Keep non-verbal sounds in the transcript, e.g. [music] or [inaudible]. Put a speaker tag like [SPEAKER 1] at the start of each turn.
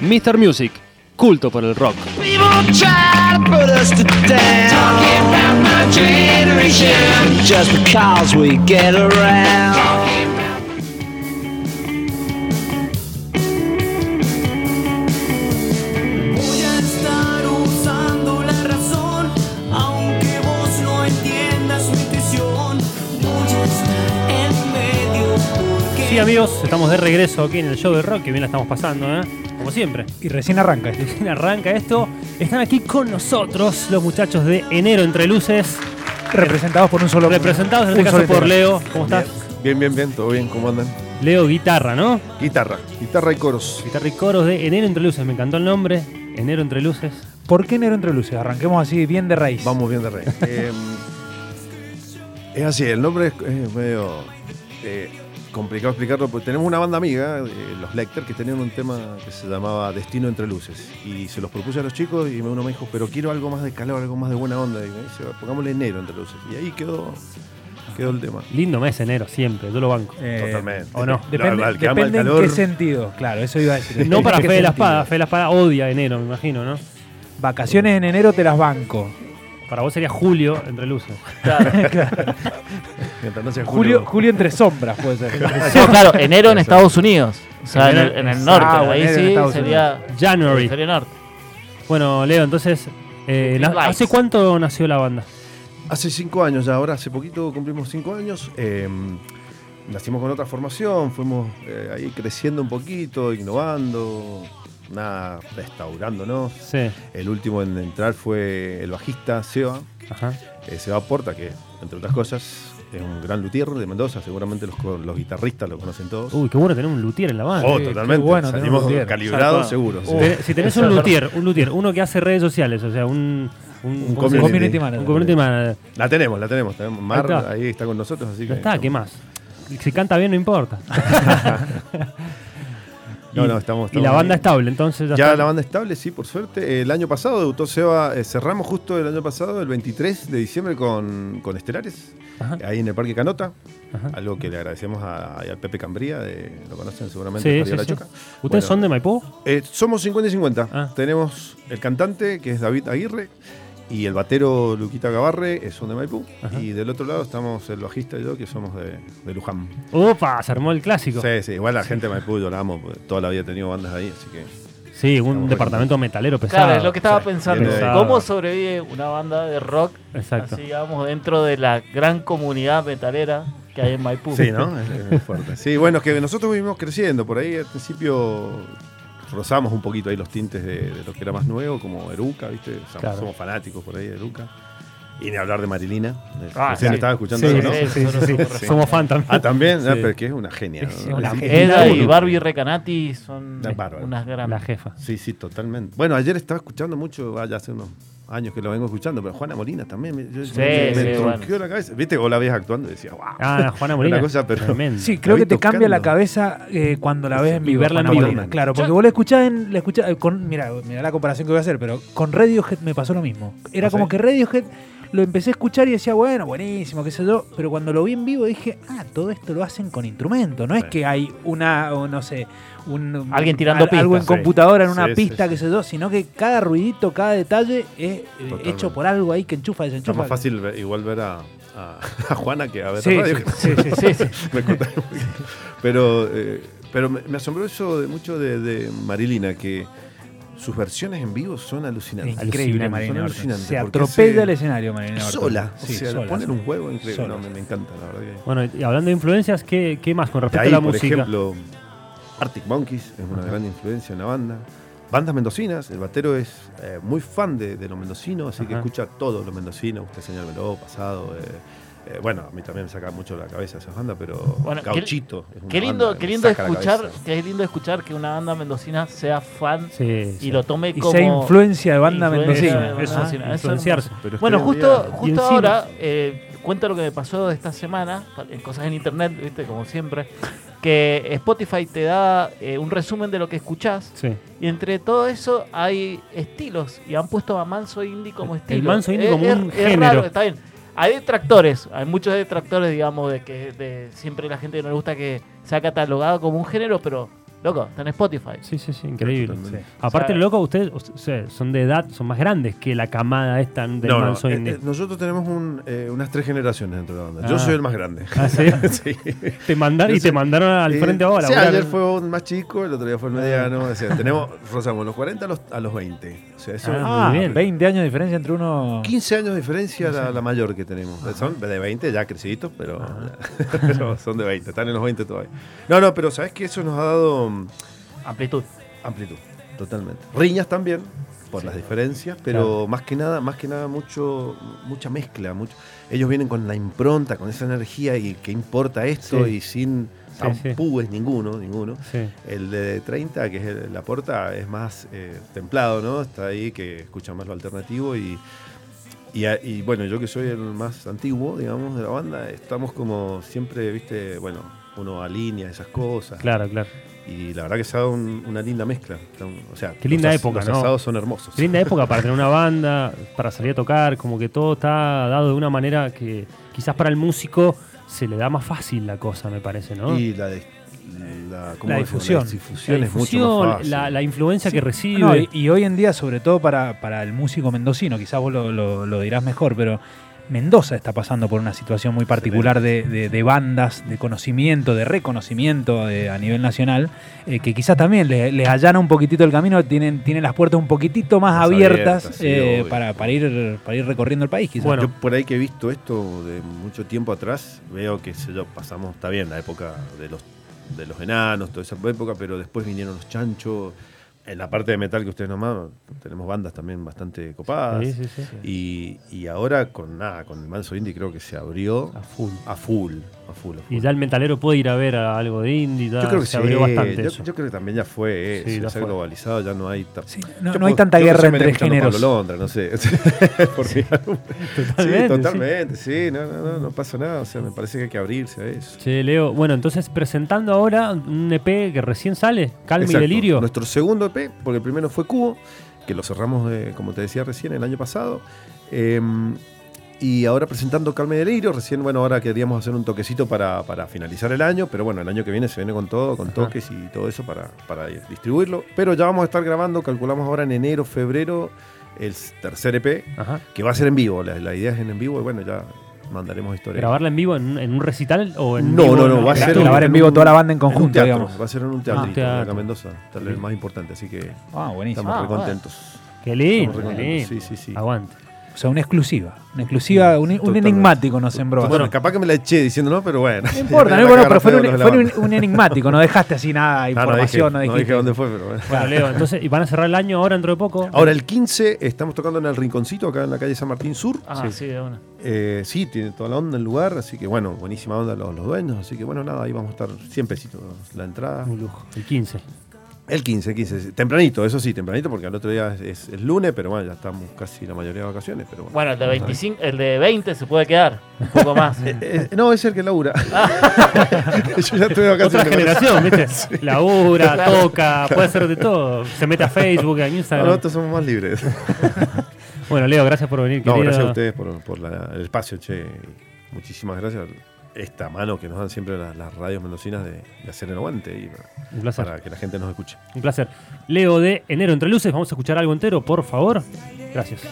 [SPEAKER 1] Mr. Music, culto por el rock.
[SPEAKER 2] People try to put us to down. Talking about my generation. Just because we get around.
[SPEAKER 3] Voy a estar usando la razón, aunque vos no entiendas mi intuición. Voy a estar en medio porque
[SPEAKER 4] Sí, amigos, estamos de regreso aquí en el show de rock, que bien la estamos pasando, ¿eh? Como siempre. [laughs]
[SPEAKER 5] Y recién arranca esto.
[SPEAKER 4] Recién arranca esto. Están aquí con nosotros los muchachos de Enero Entre Luces,
[SPEAKER 5] Representados por un solo.
[SPEAKER 4] representados en
[SPEAKER 5] un
[SPEAKER 4] este caso
[SPEAKER 5] solo
[SPEAKER 4] por
[SPEAKER 5] tema.
[SPEAKER 4] Leo. ¿Cómo estás?
[SPEAKER 6] Bien, bien, bien, todo bien, ¿cómo andan?
[SPEAKER 4] Leo Guitarra, ¿no?
[SPEAKER 6] Guitarra, guitarra y coros.
[SPEAKER 4] Guitarra y coros de Enero Entre Luces. Me encantó el nombre. Enero Entre Luces.
[SPEAKER 5] ¿Por qué Negro entre Luces? Arranquemos así, bien de raíz.
[SPEAKER 6] Vamos bien de rey. Eh, es así, el nombre es, es medio eh, complicado explicarlo, porque tenemos una banda amiga, eh, los Lecter, que tenían un tema que se llamaba Destino entre Luces. Y se los propuse a los chicos y uno me dijo, pero quiero algo más de calor, algo más de buena onda. Y me dice, pongámosle enero entre luces. Y ahí quedó, quedó el tema.
[SPEAKER 4] Lindo mes, enero, siempre. Yo lo banco.
[SPEAKER 5] Eh,
[SPEAKER 6] Totalmente.
[SPEAKER 4] ¿o no?
[SPEAKER 6] La
[SPEAKER 5] Depende,
[SPEAKER 6] verdad, el que ama el
[SPEAKER 5] depende en
[SPEAKER 6] calor-
[SPEAKER 5] qué sentido. Claro, eso iba a
[SPEAKER 4] [laughs]
[SPEAKER 5] decir.
[SPEAKER 4] No para
[SPEAKER 5] ¿En [laughs] qué
[SPEAKER 4] Fe de la
[SPEAKER 5] sentido?
[SPEAKER 4] Espada. Fe de la Espada odia enero, me imagino, ¿no?
[SPEAKER 5] Vacaciones en enero te las banco.
[SPEAKER 4] Para vos sería julio entre luces.
[SPEAKER 6] Mientras no sea
[SPEAKER 5] Julio, julio entre sombras puede ser.
[SPEAKER 6] [laughs]
[SPEAKER 7] No, claro, enero en Estados Unidos. O sea, en el, en el norte.
[SPEAKER 5] Ah, bueno,
[SPEAKER 7] ahí
[SPEAKER 5] enero en
[SPEAKER 7] sí
[SPEAKER 5] Estados
[SPEAKER 7] sería.
[SPEAKER 4] January.
[SPEAKER 7] Sería norte.
[SPEAKER 4] Bueno, Leo, entonces, eh, na-
[SPEAKER 7] Lights.
[SPEAKER 4] ¿hace cuánto nació la banda?
[SPEAKER 6] Hace cinco años ya, ahora hace poquito cumplimos cinco años. eh, nacimos con otra formación, fuimos eh, ahí creciendo un poquito, innovando, nada, restaurándonos.
[SPEAKER 4] Sí.
[SPEAKER 6] El último en entrar fue el bajista Seba,
[SPEAKER 4] Ajá.
[SPEAKER 6] eh, Seba Porta, que entre otras cosas es un gran luthier de Mendoza, seguramente los, co- los guitarristas lo conocen todos.
[SPEAKER 4] Uy, qué bueno tener un luthier en la banda.
[SPEAKER 6] oh,
[SPEAKER 5] qué- qué
[SPEAKER 6] totalmente,
[SPEAKER 5] bueno tener un
[SPEAKER 6] salimos
[SPEAKER 5] luthier.
[SPEAKER 6] calibrados
[SPEAKER 7] Zarpado.
[SPEAKER 6] seguro. sí.
[SPEAKER 4] Si tenés- si tenés
[SPEAKER 6] [laughs]
[SPEAKER 4] un luthier, un luthier, uno que hace redes sociales, o sea, un...
[SPEAKER 6] Un
[SPEAKER 4] ¿cómo se dice?
[SPEAKER 5] Community
[SPEAKER 6] community.
[SPEAKER 5] manager.
[SPEAKER 4] Un community manager.
[SPEAKER 6] La tenemos, la tenemos, tenemos Mar
[SPEAKER 4] Ahí está.
[SPEAKER 6] ahí está con nosotros, así
[SPEAKER 4] Ya
[SPEAKER 6] que
[SPEAKER 4] está, ¿qué más? Si canta bien, no importa.
[SPEAKER 6] No, no, estamos-
[SPEAKER 4] y la
[SPEAKER 6] estamos
[SPEAKER 4] banda
[SPEAKER 6] ahí.
[SPEAKER 4] estable, entonces ya,
[SPEAKER 6] Ya
[SPEAKER 4] está.
[SPEAKER 6] la banda estable, sí, por suerte. El año pasado debutó Seba, eh, cerramos justo el año pasado, el 23 de diciembre, con, con Estelares,
[SPEAKER 4] Ajá.
[SPEAKER 6] ahí en el Parque Canota.
[SPEAKER 4] Ajá.
[SPEAKER 6] Algo que le agradecemos a, a Pepe Cambría, de- lo conocen seguramente,
[SPEAKER 4] Sí,
[SPEAKER 6] Mario
[SPEAKER 4] sí,
[SPEAKER 6] La
[SPEAKER 4] sí.
[SPEAKER 6] Choca.
[SPEAKER 4] ¿Ustedes
[SPEAKER 6] Bueno,
[SPEAKER 4] son de Maipú?
[SPEAKER 6] eh, somos 50 y 50.
[SPEAKER 4] Ah.
[SPEAKER 6] Tenemos el cantante, que es David Aguirre, y el batero Luquita Gabarre, eh, son de Maipú.
[SPEAKER 4] Ajá.
[SPEAKER 6] Y del otro lado estamos el bajista y yo, que somos de, de Luján.
[SPEAKER 4] Opa, se armó el clásico. Sí,
[SPEAKER 6] Sí, sí, igual la gente de Maipú yo la amo, porque toda la vida he tenido bandas ahí, así que...
[SPEAKER 4] un
[SPEAKER 6] Estamos
[SPEAKER 4] departamento metalero pesado.
[SPEAKER 7] Claro, es lo que estaba pensando.
[SPEAKER 6] Pesado.
[SPEAKER 7] ¿Cómo sobrevive una banda de rock,
[SPEAKER 4] Exacto.
[SPEAKER 7] así, digamos, dentro de la gran comunidad metalera que hay en Maipú?
[SPEAKER 6] Sí, ¿no? Es, es fuerte. Sí, bueno, es que nosotros vivimos creciendo. Por ahí al principio rozamos un poquito ahí los tintes de, de lo que era más nuevo, como Eruca, ¿viste? O sea,
[SPEAKER 4] Claro.
[SPEAKER 6] Somos fanáticos por ahí de Eruca. Y ni hablar de Marilina.
[SPEAKER 7] Ah,
[SPEAKER 6] Recién
[SPEAKER 7] sí.
[SPEAKER 6] estaba escuchando
[SPEAKER 4] Sí,
[SPEAKER 6] eso, ¿no?
[SPEAKER 4] sí, sí,
[SPEAKER 7] Nosotros
[SPEAKER 4] sí,
[SPEAKER 7] somos
[SPEAKER 4] sí. Somos fan también.
[SPEAKER 6] Ah, también, Ah,
[SPEAKER 4] Sí.
[SPEAKER 6] pero que es una genia. ¿no?
[SPEAKER 4] Es una
[SPEAKER 6] Sí,
[SPEAKER 4] genia.
[SPEAKER 7] Eda y
[SPEAKER 6] uno.
[SPEAKER 7] Barbie Recanati son
[SPEAKER 6] Una bárbara.
[SPEAKER 7] unas
[SPEAKER 4] La
[SPEAKER 7] grandes.
[SPEAKER 4] jefa.
[SPEAKER 6] Sí, sí, totalmente. Bueno, ayer estaba escuchando mucho, ah, ya hace unos años que lo vengo escuchando, pero Juana Molina también. Me, yo-
[SPEAKER 7] Sí,
[SPEAKER 6] me, me
[SPEAKER 7] sí, bueno.
[SPEAKER 6] tronqueó la cabeza. ¿Viste? O la ves actuando y decía, wow.
[SPEAKER 4] Ah, Juana Molina.
[SPEAKER 6] Una cosa, pero-
[SPEAKER 4] Tremendo.
[SPEAKER 5] Sí, creo
[SPEAKER 6] La
[SPEAKER 5] que
[SPEAKER 6] vi
[SPEAKER 5] te cambia la
[SPEAKER 6] tocando.
[SPEAKER 5] cabeza eh, cuando la ves en
[SPEAKER 4] Y
[SPEAKER 5] vivo.
[SPEAKER 4] verla en
[SPEAKER 5] Juana
[SPEAKER 4] vivo.
[SPEAKER 5] Molina. Claro, porque vos la escuchás en. La escuchás, eh, con, mira, mira la comparación que voy a hacer, pero con Radiohead me pasó lo mismo. Era
[SPEAKER 6] ¿Ah,
[SPEAKER 5] como
[SPEAKER 6] sí?
[SPEAKER 5] que Radiohead lo empecé a escuchar y decía, bueno, buenísimo, qué sé yo. Pero cuando lo vi en vivo dije, ah, todo esto lo hacen con instrumento. No es
[SPEAKER 6] Sí.
[SPEAKER 5] que hay una, o no sé, un,
[SPEAKER 7] Alguien tirando
[SPEAKER 5] al- algo en
[SPEAKER 7] pistas,
[SPEAKER 6] sí.
[SPEAKER 5] computadora, en una
[SPEAKER 6] Sí, sí,
[SPEAKER 5] pista,
[SPEAKER 6] sí.
[SPEAKER 5] qué sé yo, sino que cada ruidito, cada detalle es eh,
[SPEAKER 6] Totalmente.
[SPEAKER 5] hecho por algo ahí que enchufa, desenchufa.
[SPEAKER 6] Es más fácil ver- igual ver a, a- [laughs] a Juana que a ver
[SPEAKER 5] Sí,
[SPEAKER 6] a radio.
[SPEAKER 5] sí, sí, sí, sí.
[SPEAKER 7] Sí, sí.
[SPEAKER 6] [laughs] Me cortaron un poquito. Pero, eh, pero me, me asombró eso de mucho de, de Marilina, que sus versiones en vivo son alucinantes.
[SPEAKER 5] Increíble,
[SPEAKER 4] Alucinante,
[SPEAKER 5] Marina
[SPEAKER 6] son
[SPEAKER 5] Orton.
[SPEAKER 6] alucinantes,
[SPEAKER 5] Se
[SPEAKER 6] porque
[SPEAKER 5] atropella
[SPEAKER 6] se-
[SPEAKER 5] el escenario, Marina Orton.
[SPEAKER 6] Sola, o
[SPEAKER 5] Sí,
[SPEAKER 6] sea,
[SPEAKER 5] sola.
[SPEAKER 6] poner un juego increíble.
[SPEAKER 5] Sola.
[SPEAKER 6] No, me, me encanta, la verdad. que-
[SPEAKER 4] Bueno, y hablando de influencias, ¿qué, qué más con
[SPEAKER 6] De
[SPEAKER 4] respecto
[SPEAKER 6] ahí,
[SPEAKER 4] a la
[SPEAKER 6] por
[SPEAKER 4] música?
[SPEAKER 6] ejemplo, Arctic Monkeys es una gran influencia en la banda. Bandas mendocinas, el batero es eh, muy fan de, de los mendocinos, así que
[SPEAKER 4] Ajá.
[SPEAKER 6] escucha todos los mendocinos, usted señaló, pasado. eh, eh, bueno, a mí también me saca mucho la cabeza esas bandas, pero
[SPEAKER 7] Bueno, qué-
[SPEAKER 6] Gauchito. es una
[SPEAKER 7] Qué lindo,
[SPEAKER 6] banda que
[SPEAKER 7] qué
[SPEAKER 6] me
[SPEAKER 7] lindo
[SPEAKER 6] saca la
[SPEAKER 7] escuchar,
[SPEAKER 6] cabeza.
[SPEAKER 7] qué lindo escuchar que una banda mendocina sea fan
[SPEAKER 4] Sí, sí.
[SPEAKER 7] y lo tome
[SPEAKER 5] Y
[SPEAKER 7] como
[SPEAKER 5] sea influencia de banda
[SPEAKER 7] influencia de
[SPEAKER 5] mendocina.
[SPEAKER 4] Eso,
[SPEAKER 7] banda
[SPEAKER 5] Ah,
[SPEAKER 4] eso,
[SPEAKER 7] mendocina. Eso es
[SPEAKER 4] influenciarse.
[SPEAKER 6] Pero es
[SPEAKER 7] Bueno,
[SPEAKER 6] que hoy en
[SPEAKER 7] justo,
[SPEAKER 6] día-
[SPEAKER 7] justo
[SPEAKER 4] encima-
[SPEAKER 7] ahora, eh, cuento lo que me pasó esta semana, en cosas en internet, viste, como siempre, que Spotify te da eh, un resumen de lo que escuchás,
[SPEAKER 4] Sí.
[SPEAKER 7] y entre todo eso hay estilos, y han puesto a Manso Indie como
[SPEAKER 4] El
[SPEAKER 7] estilo. Eh,
[SPEAKER 4] manso indie como un
[SPEAKER 7] raro,
[SPEAKER 4] género.
[SPEAKER 7] está bien. Hay detractores, hay muchos detractores, digamos, de que de siempre la gente no le gusta que sea catalogado como un género, pero Loco, está en Spotify.
[SPEAKER 4] Sí, sí, sí, increíble.
[SPEAKER 6] Sí.
[SPEAKER 4] Aparte,
[SPEAKER 7] O sea,
[SPEAKER 4] loco, ustedes o sea, son de edad, son más grandes que la camada esta del
[SPEAKER 6] No, no,
[SPEAKER 4] manso
[SPEAKER 6] eh,
[SPEAKER 4] indie.
[SPEAKER 6] eh, nosotros tenemos un, eh, unas tres generaciones dentro de la banda. Yo
[SPEAKER 4] Ah.
[SPEAKER 6] soy el más grande.
[SPEAKER 4] Ah, ¿sí?
[SPEAKER 6] [laughs] Sí.
[SPEAKER 4] te mandaron, y
[SPEAKER 6] Yo soy-
[SPEAKER 4] te mandaron al
[SPEAKER 6] Eh,
[SPEAKER 4] frente ahora.
[SPEAKER 6] sí, ayer fue un más chico, el otro día fue
[SPEAKER 4] Ah.
[SPEAKER 6] el mediano. o sea, tenemos, [laughs] rozamos los 40 a los, a los 20. O sea, eso-
[SPEAKER 4] Ah, muy bien.
[SPEAKER 5] 20 años de diferencia entre uno.
[SPEAKER 6] 15 años de diferencia la, la mayor que tenemos. Son de 20 ya creciditos, pero, [laughs] pero son de 20, están en los 20 todavía. No, no, pero sabes que eso nos ha dado mm,
[SPEAKER 7] Amplitud.
[SPEAKER 6] amplitud, totalmente. Riñas también por las diferencias, pero más que nada, más que nada mucho mucha mezcla, mucho. Ellos vienen con la impronta, con esa energía y que importa esto
[SPEAKER 4] Sí.
[SPEAKER 6] y sin
[SPEAKER 4] Sí,
[SPEAKER 6] tampúes ninguno, ninguno.
[SPEAKER 4] Sí.
[SPEAKER 6] El de 30, que es el- la porta, es más eh, templado, ¿no? Está ahí que escucha más lo alternativo y, y, a- y, bueno, yo que soy el más antiguo, digamos, de la banda, estamos como siempre, viste, bueno, uno alinea esas cosas
[SPEAKER 4] Claro, claro.
[SPEAKER 6] y la verdad que se ha dado un- una linda mezcla. Está un- O sea,
[SPEAKER 4] Qué linda
[SPEAKER 6] los as-
[SPEAKER 4] época,
[SPEAKER 6] los
[SPEAKER 4] ¿no?
[SPEAKER 6] asados son hermosos.
[SPEAKER 4] Qué linda época para tener una banda, para salir a tocar, como que todo está dado de una manera que quizás para el músico se le da más fácil la cosa, me parece, ¿no?
[SPEAKER 6] Y la, de- la, ¿cómo
[SPEAKER 5] La
[SPEAKER 6] decirlo?
[SPEAKER 5] difusión.
[SPEAKER 6] La
[SPEAKER 4] la
[SPEAKER 6] difusión es mucho
[SPEAKER 4] difusión,
[SPEAKER 6] más fácil.
[SPEAKER 4] la, la influencia que recibe.
[SPEAKER 5] No, y, y hoy en día, sobre todo para, para el músico mendocino, quizás vos lo, lo- lo dirás mejor, pero Mendoza está pasando por una situación muy particular de, de- de bandas, de conocimiento, de reconocimiento eh, a nivel nacional, eh, que quizás también le- les allana un poquitito el camino, tienen, tienen las puertas un poquitito más,
[SPEAKER 6] Más
[SPEAKER 5] abiertas,
[SPEAKER 6] abiertas, sí,
[SPEAKER 5] eh,
[SPEAKER 6] obvio.
[SPEAKER 5] para, para ir, para ir recorriendo el país, quizás.
[SPEAKER 4] Bueno.
[SPEAKER 6] Yo por ahí que he visto esto de mucho tiempo atrás, veo que sé yo, pasamos, está bien, la época de los, de los enanos, toda esa época, pero después vinieron los chanchos. En la parte de metal que ustedes nomás, tenemos bandas también bastante copadas.
[SPEAKER 4] Sí, sí, sí.
[SPEAKER 6] Y, y ahora con nada, con el manso indie creo que se abrió
[SPEAKER 4] A full.
[SPEAKER 6] a full, a full, a full.
[SPEAKER 4] Y ya el metalero puede ir a ver a algo de indie, ya
[SPEAKER 6] Yo creo que
[SPEAKER 4] se abrió
[SPEAKER 6] sí,
[SPEAKER 4] bastante
[SPEAKER 6] yo,
[SPEAKER 4] eso.
[SPEAKER 6] yo creo que también ya fue eso,
[SPEAKER 4] Sí, ya
[SPEAKER 6] se ha
[SPEAKER 4] fue.
[SPEAKER 6] globalizado, ya no hay, ta-
[SPEAKER 5] Sí, no-
[SPEAKER 6] Yo
[SPEAKER 5] no hay
[SPEAKER 6] puedo-
[SPEAKER 5] tanta
[SPEAKER 6] yo que
[SPEAKER 5] guerra
[SPEAKER 6] se me
[SPEAKER 5] entre
[SPEAKER 6] escuchando
[SPEAKER 5] géneros.
[SPEAKER 6] Pablo Londra, no sé. [laughs] Por sí,
[SPEAKER 4] Totalmente,
[SPEAKER 6] totalmente, sí, totalmente, sí, no, no, no, no pasa nada, o sea, me parece que hay que abrirse a eso.
[SPEAKER 4] Che, Leo, bueno, entonces presentando ahora un EP que recién sale, Calma
[SPEAKER 6] Exacto. eh,
[SPEAKER 4] y Delirio.
[SPEAKER 6] Nuestro segundo EP, porque el primero fue Cubo, que lo cerramos, eh, como te decía recién, el año pasado. Eh, y ahora presentando Calme y Delirio, recién, bueno, ahora queríamos hacer un toquecito para, para finalizar el año, pero bueno, el año que viene se viene con todo, con toques y todo eso para, para distribuirlo. Pero ya vamos a estar grabando, calculamos ahora en enero, febrero, el tercer EP,
[SPEAKER 4] Ajá.
[SPEAKER 6] que va a ser en vivo. La, la idea es en, en vivo y bueno, ya mandaremos historias.
[SPEAKER 4] ¿Grabarla en vivo en, un- en un recital o en
[SPEAKER 6] No,
[SPEAKER 4] vivo
[SPEAKER 6] no,
[SPEAKER 4] en
[SPEAKER 6] no,
[SPEAKER 4] un
[SPEAKER 6] va a
[SPEAKER 4] teatro?
[SPEAKER 6] ser
[SPEAKER 5] Grabar en vivo toda la banda en
[SPEAKER 6] En un
[SPEAKER 5] conjunto,
[SPEAKER 6] teatro,
[SPEAKER 5] digamos.
[SPEAKER 6] Va a ser en un teatrito,
[SPEAKER 4] teatro.
[SPEAKER 6] acá en Mendoza, tal vez el más importante, así que
[SPEAKER 5] Ah, buenísimo.
[SPEAKER 6] estamos
[SPEAKER 7] Ah,
[SPEAKER 6] muy
[SPEAKER 7] bueno.
[SPEAKER 6] contentos.
[SPEAKER 4] Qué lindo,
[SPEAKER 6] Estamos
[SPEAKER 4] qué
[SPEAKER 6] recontentos,
[SPEAKER 4] lindo.
[SPEAKER 6] sí, sí, sí.
[SPEAKER 4] Aguante.
[SPEAKER 5] O sea, una exclusiva. Una exclusiva, un, un
[SPEAKER 6] Totalmente.
[SPEAKER 5] enigmático nos sembró.
[SPEAKER 6] Bueno, capaz que me la eché diciendo, no, pero bueno.
[SPEAKER 5] No
[SPEAKER 6] [laughs]
[SPEAKER 5] importa, no importa, pero fue, un, fue un- un enigmático, no dejaste así nada de información,
[SPEAKER 6] Ah, no, dije, no
[SPEAKER 5] dijiste.
[SPEAKER 6] dije dónde fue, pero bueno.
[SPEAKER 4] Bueno, Leo, entonces, y van a cerrar el año ahora dentro de poco.
[SPEAKER 6] Ahora el 15 estamos tocando en el Rinconcito, acá en la calle San Martín Sur.
[SPEAKER 7] Ah, sí, de una.
[SPEAKER 6] Eh, sí, tiene toda la onda el lugar, así que bueno, buenísima onda los, los dueños, así que bueno, nada, ahí vamos a estar 100 pesitos la entrada.
[SPEAKER 4] Un lujo. El 15.
[SPEAKER 6] El 15, el 15, tempranito, eso sí, tempranito, porque al otro día es, es el lunes, pero bueno, ya estamos casi la mayoría de vacaciones, pero bueno.
[SPEAKER 7] Bueno, el de 25, el de 20 se puede quedar. Un
[SPEAKER 4] [laughs]
[SPEAKER 7] poco más.
[SPEAKER 6] Eh, eh, no, es el que labura.
[SPEAKER 5] [laughs]
[SPEAKER 6] [laughs] Yo ya estoy de vacaciones.
[SPEAKER 4] Otra generación,
[SPEAKER 6] [laughs]
[SPEAKER 4] ¿viste? Labura,
[SPEAKER 7] Claro.
[SPEAKER 4] toca, puede hacer de todo. Se mete a Facebook,
[SPEAKER 6] [laughs]
[SPEAKER 4] a Instagram.
[SPEAKER 6] No, nosotros somos más libres.
[SPEAKER 4] Bueno, Leo, gracias por venir,
[SPEAKER 6] No,
[SPEAKER 4] querido.
[SPEAKER 6] gracias a ustedes por, por la- el espacio, che. Muchísimas gracias. Esta mano que nos dan siempre las, las radios mendocinas de, de hacer el aguante y
[SPEAKER 4] Un placer.
[SPEAKER 6] para que la gente nos escuche.
[SPEAKER 4] Un placer. Leo de Enero Entre Luces, vamos a escuchar algo entero, por favor. Gracias.